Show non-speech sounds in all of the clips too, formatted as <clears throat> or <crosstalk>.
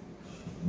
一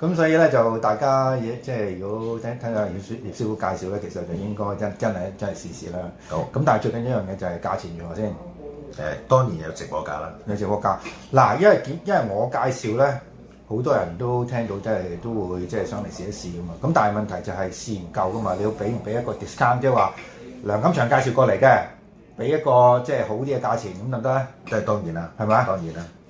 咁所以咧就大家嘢即係如果聽聽下葉師葉師傅介紹咧，其實就應該真真係真係試試啦。好咁但係最緊要一樣嘢就係價錢如何先？誒，當然有直播價啦。你食個價嗱，因為點？因為我介紹咧，好多人都聽到，即係都會即係想嚟試一試噶嘛。咁但係問題就係試唔夠噶嘛，你要俾唔俾一個 discount，即係話梁錦祥介紹過嚟嘅，俾一個即係好啲嘅價錢咁得唔得咧？都係當然啦，係咪啊當然啦，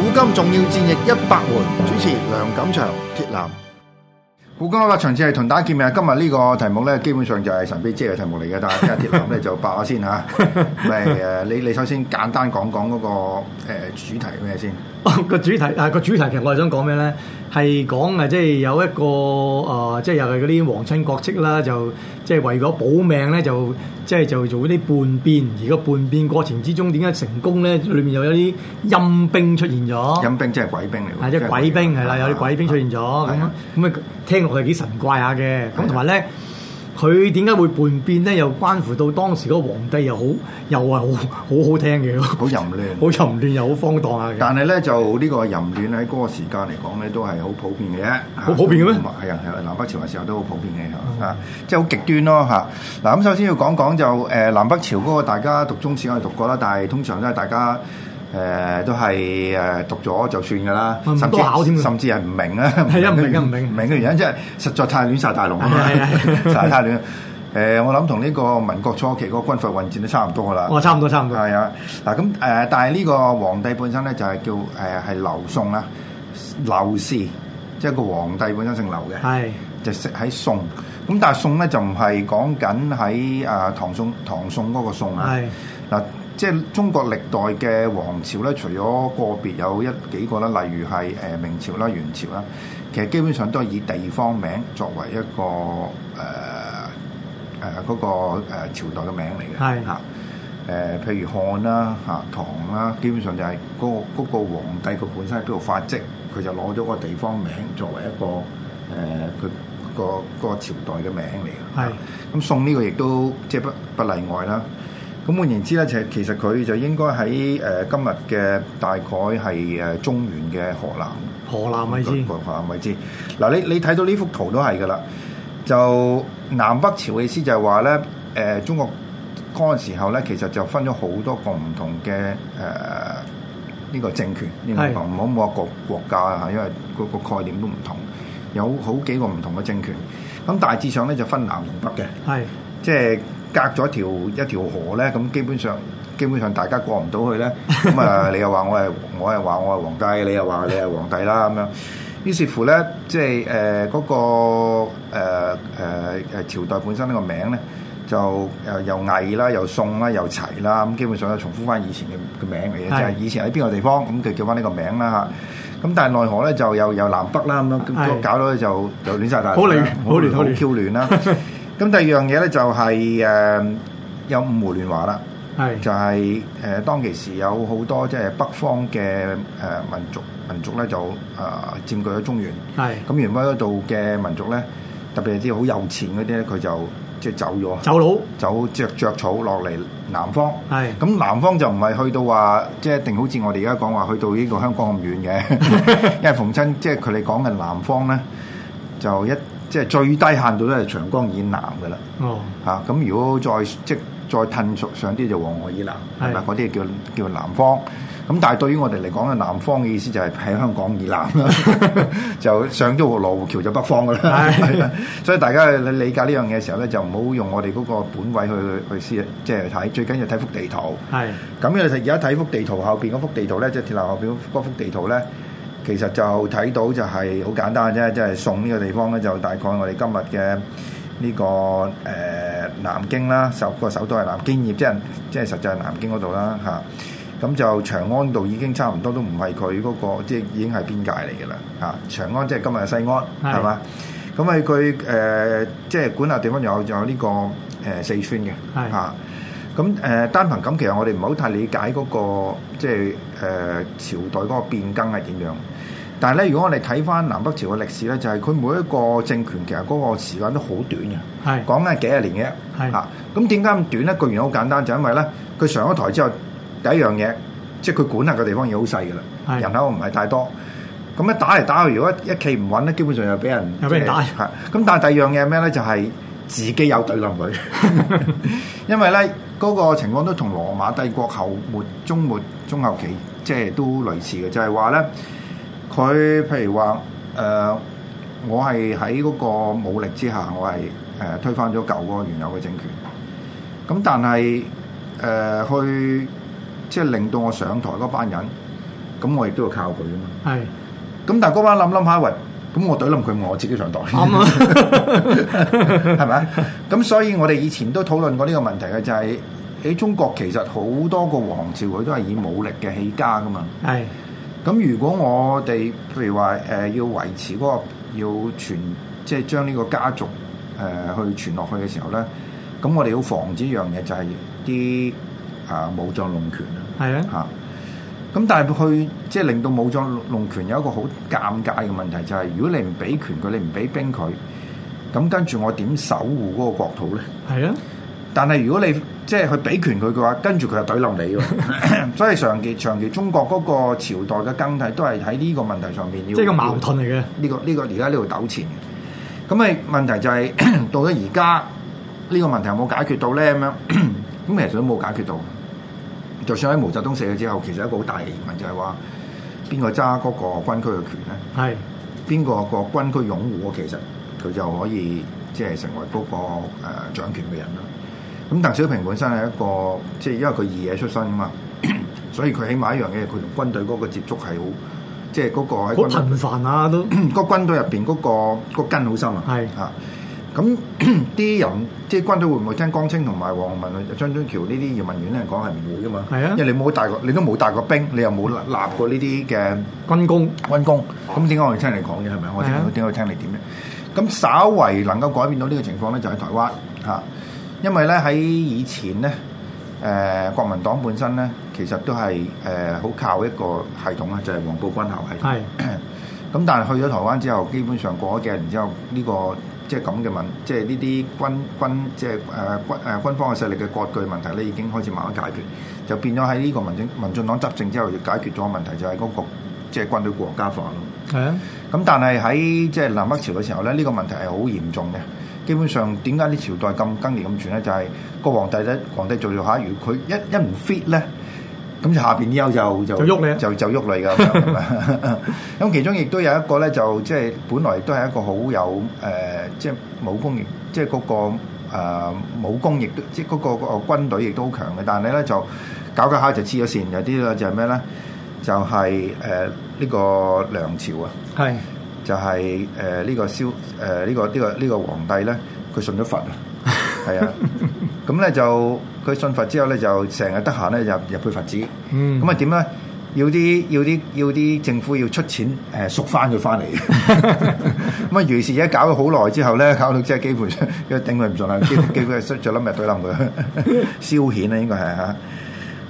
古今重要戰役一百回，主持梁錦祥、鐵男。古今一百場次係同大家見面啊！今日呢個題目咧，基本上就係神秘姐嘅題目嚟嘅，但係聽下鐵男咧就爆下先 <laughs> 嚇。咪誒，你你首先簡單講講嗰個誒主題咩先？ <laughs> 個主題啊個主題其實我係想講咩咧？係講啊，即係有一個啊、即係又係嗰啲皇親國戚啦，就即係為咗保命咧，就即係就做啲叛變。而個叛變過程之中點解成功咧？裏面又有啲陰兵出現咗。陰兵即係鬼兵嚟㗎，係即係鬼啊兵係啦，有啲鬼兵出現咗係咁啊咁啊，聽落去幾神怪下嘅。咁同埋咧，佢點解會叛變咧？又關乎到當時嗰個皇帝又好，又係好好好聽嘅，好淫亂。好淫亂又好荒蕩啊！但係咧就呢個淫亂喺嗰個時間嚟講咧，都係好普遍嘅啫。啊好普遍嘅咩係啊，係啊，南北朝嘅時候都好普遍嘅啊，即係好極端咯嚇。嗱咁首先要講講就誒南北朝嗰個大家讀中史我哋讀過啦，但係通常都係大家。誒、都係誒讀咗就算㗎啦，唔甚多嗯考添至㗎甚至係唔明啊，係啊唔明啊嘅唔明唔明嘅原因即係實在太亂晒大龍啊嘛 <laughs> 係啊係 <laughs> 啊，實在太亂。誒，我諗同呢個民國初期嗰個軍閥混戰都差唔多㗎啦。我哦差唔多，差唔多。係啊，嗱咁誒，但係呢個皇帝本身咧就係叫誒係劉宋啦，劉氏，即係個皇帝本身姓劉嘅，係就食喺宋。咁但係宋咧就唔係講緊喺誒唐宋唐宋嗰個宋啊。係嗱，即係中國歷代嘅皇朝咧，除咗個別有一幾個啦，例如係誒明朝啦、元朝啦，其實基本上都係以地方名作為一個誒誒嗰個呃朝代嘅名嚟嘅，係嚇。誒、譬如漢啦、嚇、唐啦，基本上就係嗰、個嗰個皇帝佢本身喺邊度發跡，佢就攞咗個地方名作為一個誒佢、個、個朝代嘅名嚟嘅。係咁宋呢個亦都即係不不例外啦。咁換言之咧，就係其實佢就應該喺誒、呃今日嘅大概係誒中原嘅河南河南咪先個河南位置。嗱，你你睇到呢幅圖都係噶啦，就南北朝嘅意思就係話咧，誒、中國嗰陣時候咧，其實就分咗好多個唔同嘅誒呃呢個政權，應該係講唔好冇話國國家啊，因為嗰個概念都唔同，有好幾個唔同嘅政權。咁大致上咧就分南同北嘅。係 <laughs> 即係隔咗條一條河咧，咁基本上基本上大家過唔到去咧，咁啊你又話我係我係話我係皇帝，你又話你係皇帝啦咁樣。於是乎咧，即係誒嗰個誒誒誒朝代本身呢個名咧，就誒、呃又魏啦，又宋啦，又齊啦，咁基本上就重複翻以前嘅嘅名嚟嘅，就係係以前喺邊個地方，咁佢叫翻呢個名啦嚇。咁但係奈何咧就又又南北啦咁樣，咁係搞到咧就就亂晒大好亂啦好亂好亂 Q 亂啦。咁第二樣嘢咧就係、誒、有五胡亂華啦，係就係、誒、當其時有好多即係北方嘅誒、民族民族咧就誒、佔據咗中原，係咁原本嗰度嘅民族咧，特別係啲好有錢嗰啲咧，佢就即係走咗，走佬走着着草落嚟南方。係咁南方就唔係去到話，即係一定好似我哋而家講話去到呢個香港咁遠嘅，因為逢親即係佢哋講嘅南方咧，就一即係最低限度都係長江以南嘅啦。哦嚇咁、如果再即再褪上上啲就黃河以南，係係咪嗰啲叫叫南方？咁但係對於我哋嚟講嘅南方嘅意思就係喺香港以南啦， <laughs> 就上咗羅湖橋就北方噶啦。係係啦所以大家去理解呢樣嘢嘅時候咧，就唔好用我哋嗰個本位去去思，即係睇，最緊要睇幅地圖。係咁你而家睇幅地圖後邊嗰幅地圖咧，即係鐵樓後邊嗰幅地圖咧，其實就睇到就係好簡單啫，即係宋呢個地方咧，就大概我哋今日嘅呢個誒、呃南京啦，首個首都係南京葉，即係即係實際係南京嗰度啦嚇。咁就長安度已經差唔多都唔係佢嗰個，即係已經係邊界嚟嘅啦嚇。長安即係今日嘅西安係係嘛？咁啊佢誒即係管轄地方有有呢、個誒、呃四川嘅係嚇。咁誒、呃、單憑咁，其實我哋唔好太理解嗰、個即係誒、呃朝代嗰個變更係點樣。但係咧，如果我哋睇翻南北朝嘅歷史咧，就係、佢每一個政權其實嗰個時間都好短嘅，係講緊係幾廿年嘅。係嚇，咁點解咁短咧？個原因好簡單，就因為咧，佢上咗台之後，第一樣嘢即係佢管轄嘅地方已經好細㗎啦，係人口唔係太多。咁一打嚟打去，如果一企唔穩咧，基本上就俾人又俾人打即係係咁但係第二樣嘢係咩咧？就係、自己有對冧佢，因為咧嗰、個情況都同羅馬帝國後末中末中後期即係都類似嘅，就係話咧佢譬如 <laughs> 話誒、呃我係喺嗰個武力之下，我係誒、呃推翻咗舊嗰個原有嘅政權。咁但係誒、呃去即係令到我上台嗰班人，咁我亦都要靠佢啊嘛。係咁但係嗰班諗諗下，喂，咁我懟冧佢，我自己上台，啱啊！ <laughs> 係咪啊？咁所以我哋以前都討論過呢個問題嘅，就係、喺中國其實好多個皇朝佢都係以武力嘅起家噶嘛。係咁如果我哋譬如話誒、呃要維持嗰、個要傳，即係將呢個家族誒、呃去傳落去嘅時候咧，咁我哋要防止一樣嘢就係啲啊武將弄權啦。係啊！嚇。咁但係佢即係令到武裝弄權有一個好尷尬嘅問題，就係、如果你唔俾權佢，你唔俾兵佢，咁跟住我點守護嗰個國土咧？係啊，但係如果你即係佢俾權佢嘅話，跟住佢就懟冧你 <laughs> 喎。所以長期長期中國嗰個朝代嘅更替都係喺呢個問題上面要即係個矛盾嚟嘅。呢、個呢、個而家呢度糾纏嘅。咁咪問題就係、 <clears throat> 到咗而家呢個問題有冇解決到咧？咁樣 <clears throat> 咁其實都冇解決到。就算喺毛澤東死咗之後，其實一個好大嘅疑問就係話邊個揸嗰個軍區嘅權咧？係邊個個軍區擁護其實佢就可以即係成為嗰、個誒、呃、掌權嘅人啦。咁鄧小平本身係一個即係因為佢二野出身噶嘛， <clears throat> 所以佢起碼一樣嘢，佢同軍隊嗰個接觸係好，即係嗰個喺好軍隊頻繁啊都。個軍隊入邊嗰個個根好深啊，係啊，咁 <coughs> 啲人即係軍隊會唔會聽江青同埋黃文啊、張津橋呢啲葉問遠啲人講係唔會噶嘛？係啊因為你冇帶過，你都冇帶過兵，你又冇立立過呢啲嘅軍工軍工，咁點解我要聽你講嘅係咪？我點係啊點解要聽你點咧？咁稍為能夠改變到呢個情況咧，就喺台灣嚇、啊因為咧喺以前咧，誒、國民黨本身咧其實都係誒好靠一個系統啦，就係、黃埔軍校系統。係咁但係去咗台灣之後，基本上過咗幾十年之後，呢、個即係咁嘅問，即係呢啲軍軍即係誒呃軍誒軍方嘅勢力嘅割據問題咧，已經開始慢慢解決，就變咗喺呢個民進民進黨執政之後，就解決咗問題，就係嗰、個即係軍隊國家化咯。係啊，咁但係喺即係南北朝嘅時候咧，呢、個問題係好嚴重嘅。基本上點解啲朝代咁更迭咁轉咧？就係、個皇帝咧，皇帝做做下，如果佢一一唔 fit 咧，咁就下邊啲優就就就喐你啊就就喐你㗎咁樣咁樣。 <laughs> 咁其中亦都有一個咧，就即係本來都係一個好有誒、呃即係武功亦即係嗰、個、呃、武功亦都即係嗰、個、嗰個軍隊亦都好強嘅，但係咧就搞搞下就黐咗線，有啲咧就係咩咧？就係誒呢個梁朝啊。係就係誒呢個蕭誒呢個呢、個呢、個皇帝咧，佢信咗佛啊，係啊，咁咧就佢信佛之後咧，就成日得閒咧入入去佛寺，嗯咁啊點咧？要啲要啲要啲政府要出錢誒贖翻佢翻嚟，咁啊於是而家搞咗好耐之後咧，搞到即係基本上因為頂佢唔順啦，基基本上再冧日對冧佢，消遣啦應該係嚇。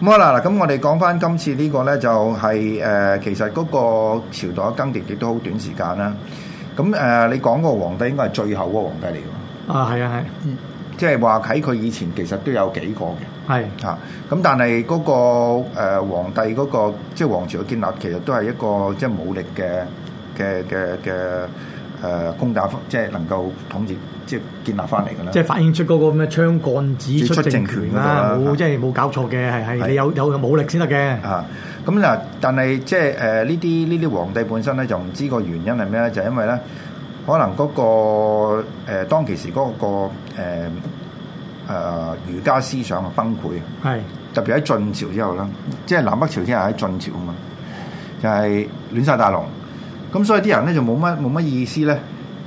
咁好啦，嗱咁我哋講翻今次呢個咧，就係、呃其實嗰個朝代嘅更迭亦都好短時間啦。咁誒、呃你講個皇帝應該係最後嗰個皇帝嚟嘅，啊係啊即係話喺佢以前其實都有幾個嘅係係嚇。咁、但係嗰、個、呃、皇帝嗰、個即係皇朝嘅建立，其實都係一個即係武力嘅嘅嘅嘅誒攻打，即係能夠統治即係建立翻嚟㗎啦即。係反映出嗰個咩槍桿子出政出政權權嗰啦，度啦冇即係冇搞錯嘅，係係係你有有武力先得嘅。啊，咁嗱，但係即係誒呃呢啲呢啲皇帝本身咧，就唔知個原因係咩咧，就因為咧，可能嗰、個誒、呃、當其時嗰、個誒、呃呃儒家思想嘅崩潰，係特別喺晉朝之後啦，即係南北朝之後喺晉朝啊嘛，就係、亂晒大龍，咁所以啲人咧就冇乜冇乜意思咧，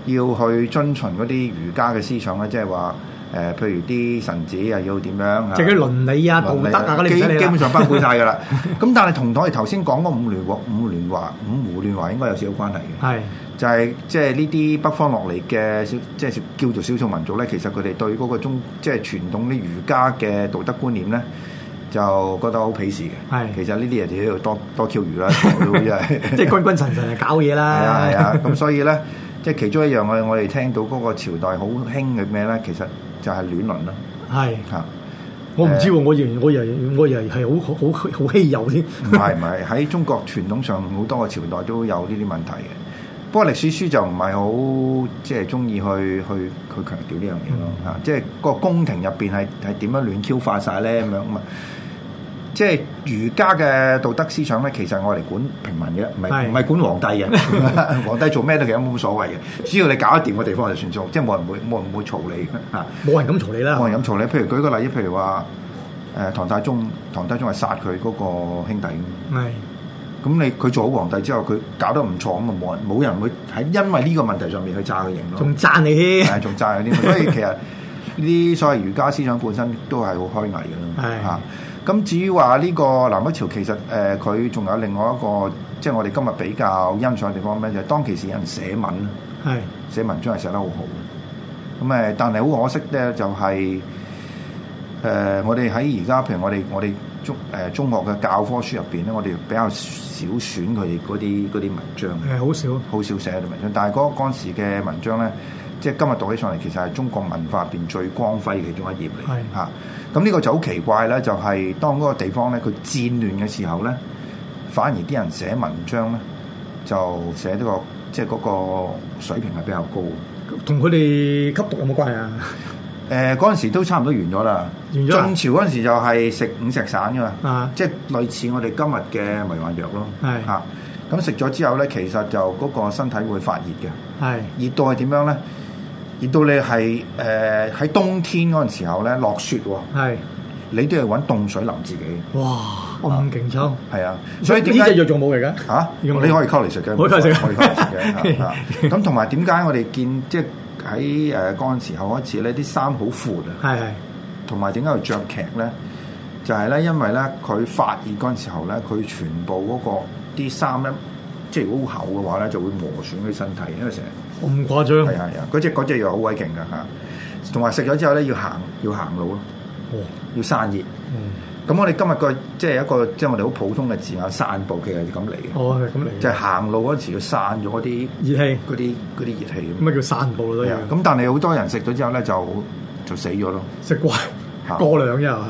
要去遵循嗰啲儒家嘅思想咧，即係話誒，譬如啲臣子啊要點樣啊即係嗰啲倫理啊、道德啊嗰啲唔基使理啦基本上包括晒㗎啦。 <laughs> 咁但係同我哋頭先講嗰五聯和、五聯華、五胡亂華應該有少少關係嘅，係就係即係呢啲北方落嚟嘅少，即係叫做少數民族咧，其實佢哋對嗰個中即係傳統啲儒家嘅道德觀念咧。就覺得好鄙視嘅，係其實呢啲嘢就喺度多多 Q 魚啦，講到真係 <laughs> <laughs> 即係君君臣臣就搞嘢係啦。啊係啊，咁所以咧，即係其中一樣我我哋聽到嗰個朝代好興嘅咩咧，其實就係亂倫啦係嚇。我唔知喎，我以為我以為我以為係好好好好稀有添。唔係唔係，喺中國傳統上好多個朝代都有呢啲問題嘅。不過歷史書就唔係好即係中意去去去強調呢樣嘢咯嚇，即係個宮廷入邊係係點樣亂 Q 化晒咧咁樣咁啊！即係儒家嘅道德思想咧，其實我嚟管平民嘅，唔係係唔係管皇帝嘅。 <laughs> 皇帝做咩都其實冇乜所謂嘅，只要你搞得掂個地方就算數，即係冇人會冇人會嘈你嘅嚇。冇人咁嘈你啦冇。人飲醋咧。譬如舉個例子，譬如話誒、唐太宗，唐太宗係殺佢嗰個兄弟咁係你佢做好皇帝之後，佢搞得唔錯咁啊，冇人冇人會喺因為呢個問題上面去炸佢型咯，仲讚你係啊添。仲炸佢啲。 <laughs> 所以其實呢啲所謂儒家思想本身都係好虛偽嘅啦係嚇。咁至於話呢個南北朝其實誒佢仲有另外一個，即係我哋今日比較欣賞嘅地方咩？就係、當其時有人寫文。係寫文章係寫得好好嘅。咁誒，但係好可惜咧，就係、誒、我哋喺而家，譬如我哋我哋中誒、中學嘅教科書入邊咧，我哋比較少選佢哋嗰啲嗰啲文章，係好少。好少寫佢哋文章。但係嗰嗰陣時嘅文章咧，即係今日讀起上嚟，其實係中國文化入邊最光輝其中一頁嚟係嚇。咁呢個就好奇怪啦，就係、當嗰個地方咧佢戰亂嘅時候咧，反而啲人寫文章咧就寫呢、個即係嗰個水平係比較高嘅。同佢哋吸毒有冇關係啊？誒嗰陣時都差唔多完咗啦，完咗晉啦朝嗰陣時就係食五石散噶嘛，啊即係類似我哋今日嘅迷幻藥咯。係嚇，咁食咗之後咧，其實就嗰個身體會發熱嘅，係熱到係點樣咧？熱到你係誒喺冬天嗰陣時候咧落雪喎，係，你都要揾凍水淋自己，哇！暗勁抽，係啊，所以點呢解隻藥仲冇嚟㗎？嚇？你用可以溝嚟食嘅，可以溝嚟食。我哋溝嚟食嘅 <laughs> 嚇嚇咁同埋點解我哋見即係喺誒嗰陣時候開始咧，啲衫好闊啊？係係同埋點解要着劇咧？就係、咧，因為咧佢發熱嗰陣時候咧，佢全部嗰、個啲衫咧，即係如果好厚嘅話咧，就會磨損佢身體，因為成日咁誇張，係啊係啊，嗰只嗰隻藥好鬼勁㗎嚇，同埋食咗之後咧要行要行路咯，哇！要散熱。嗯咁我哋今日個即係一個即係我哋好普通嘅字眼散步，其實係咁嚟嘅，哦，係咁嚟嘅，就係行路嗰陣時要散咗嗰啲熱氣，嗰啲嗰啲熱氣咁。咩叫散步咯都係要啊，咁但係好多人食咗之後咧就就死咗咯。食怪嚇過量啫嘛，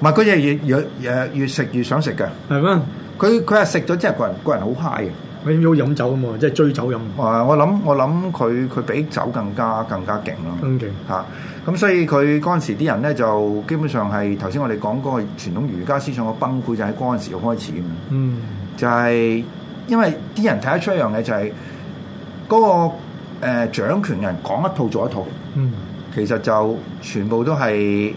唔係嗰隻越越誒越食越想食嘅。係咩？佢佢係食咗之後，個人個人好 high 嘅。你要飲酒咁喎，即係追酒飲啊，我諗我諗佢佢比酒更加更加勁咯咁勁，嚇。咁、所以佢嗰陣時啲人咧就基本上係頭先我哋講嗰個傳統儒家思想嘅崩潰就喺嗰陣時開始嘅啊嘛。嗯，就係、因為啲人睇得出一樣嘢就係、嗰、個、呃、掌權人講一套做一套，嗯，其實就全部都係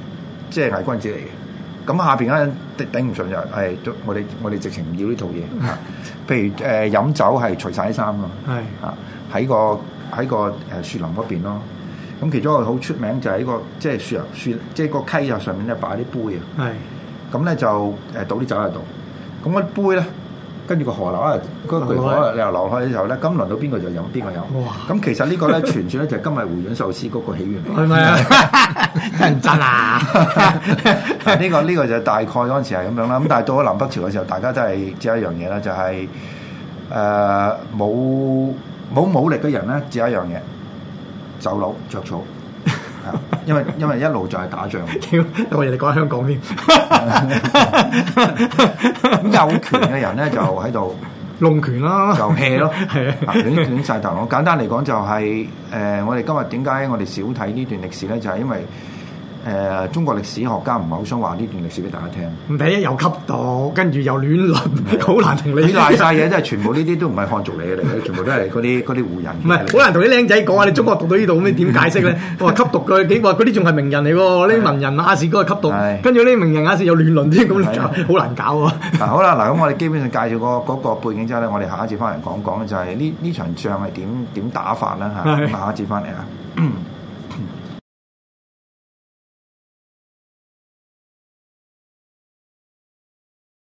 即係偽君子嚟嘅。咁下邊嗰陣頂頂唔順就係哎都我哋我哋直情唔要呢套嘢嚇。譬如誒、呃、飲酒係除晒啲衫咯。係啊喺個喺個誒樹林嗰邊咯。咁其中一個好出名就係喺個即係樹林樹即係個溪啊上面咧擺啲杯啊，係咁咧就誒倒啲酒喺度。咁嗰啲杯咧，跟住個河流啊，嗰個流開河流流落去之後咧，咁輪到邊個就飲邊個飲。哇咁其實呢個咧 <laughs> 傳説咧就係今日回轉壽司嗰個起源嚟嘅。係咪啊？ <laughs> 人真 <laughs> 啊！嗱啊呢個呢個就大概嗰陣時係咁樣啦。咁但係到咗南北朝嘅時候，大家都係只有一樣嘢啦，就係誒冇冇武力嘅人咧，只有一樣嘢，走佬着草。啊因為因為一路就係打仗，屌，我人哋講喺香港添，咁有權嘅人咧就喺 <laughs> 度弄拳啦，就 hea 咯，係啊啊，亂亂曬頭腦。簡單嚟講就係、呃我哋今日點解我哋少睇呢段歷史咧，就係、因為誒、呃中國歷史學家唔係好想話呢段歷史俾大家聽。唔第一又吸毒，跟住又亂倫，好難同你你賴晒嘢，真係全部呢啲都唔係漢族嚟嘅嚟嘅，全部都係嗰啲嗰啲胡人。唔係，好難同啲僆仔講啊！你中國讀到呢度咁，你點解釋咧？我話吸毒嘅幾話嗰啲仲係名人嚟喎，呢文人亞視嗰個吸毒係，跟住呢名人亞視又亂倫添，咁係啊你就好難搞啊！嗱好啦，嗱咁我哋基本上介紹個嗰個背景之後咧，我哋下一節翻嚟講講就係呢呢場仗係點點打法啦嚇。係咁下一節翻嚟啊。